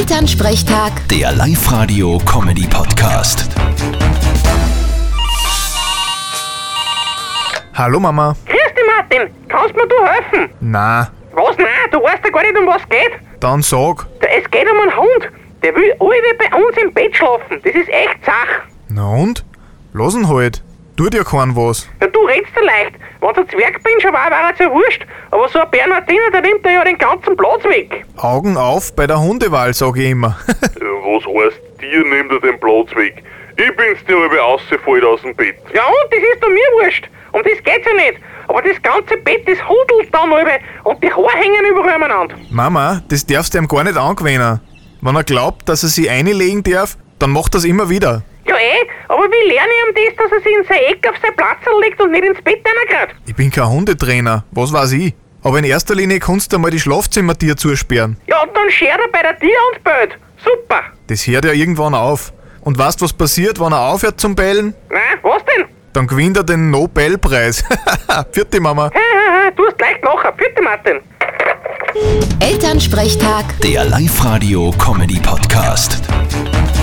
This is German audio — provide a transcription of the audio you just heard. Elternsprechtag, Der Live-Radio-Comedy-Podcast. Hallo Mama. Grüß dich, Martin. Kannst mir du helfen? Na, Was? Nein, du weißt ja gar nicht, um was geht. dann sag. Da- Es geht um einen Hund. Der will alle bei uns im Bett schlafen. Das ist echt Sache. Na und? Lass ihn halt. Tut ja kein was. Na, du redst da leicht. Wenn es ein Zwergpinscher war, war er ja wurscht. Aber so ein Bernhardiner, der nimmt dir ja den ganzen Platz weg. Augen auf bei der Hundewahl, sage ich immer. Äh, Was heißt, dir nimmt er den Platz weg? Ich bin's, der halbe rausgefallen aus dem Bett. Ja, und das ist doch mir wurscht. Um das geht's ja nicht. Aber das ganze Bett, das hudelt dann alle und die Haare hängen überall umeinander. Mama, das darfst du ihm gar nicht angewöhnen. Wenn er glaubt, dass er sie einlegen darf, dann macht das immer wieder. Ja, eh, aber wie lerne ich ihm das, dass er sich in sein Eck auf sein Platz legt und nicht ins Bett reingreift? Ich bin kein Hundetrainer, was weiß ich. Aber in erster Linie kannst du mal die Schlafzimmertür zusperren. Ja, und dann schert er bei der Tier und bellt. Super. Das hört ja irgendwann auf. Und weißt, was passiert, wenn er aufhört zum Bellen? Na, was denn? Dann gewinnt er den Nobelpreis. Vierte Mama. Hä, hä, hä, Du hast leicht nachher. Bitte, Martin. Elternsprechtag. Der Live-Radio-Comedy-Podcast.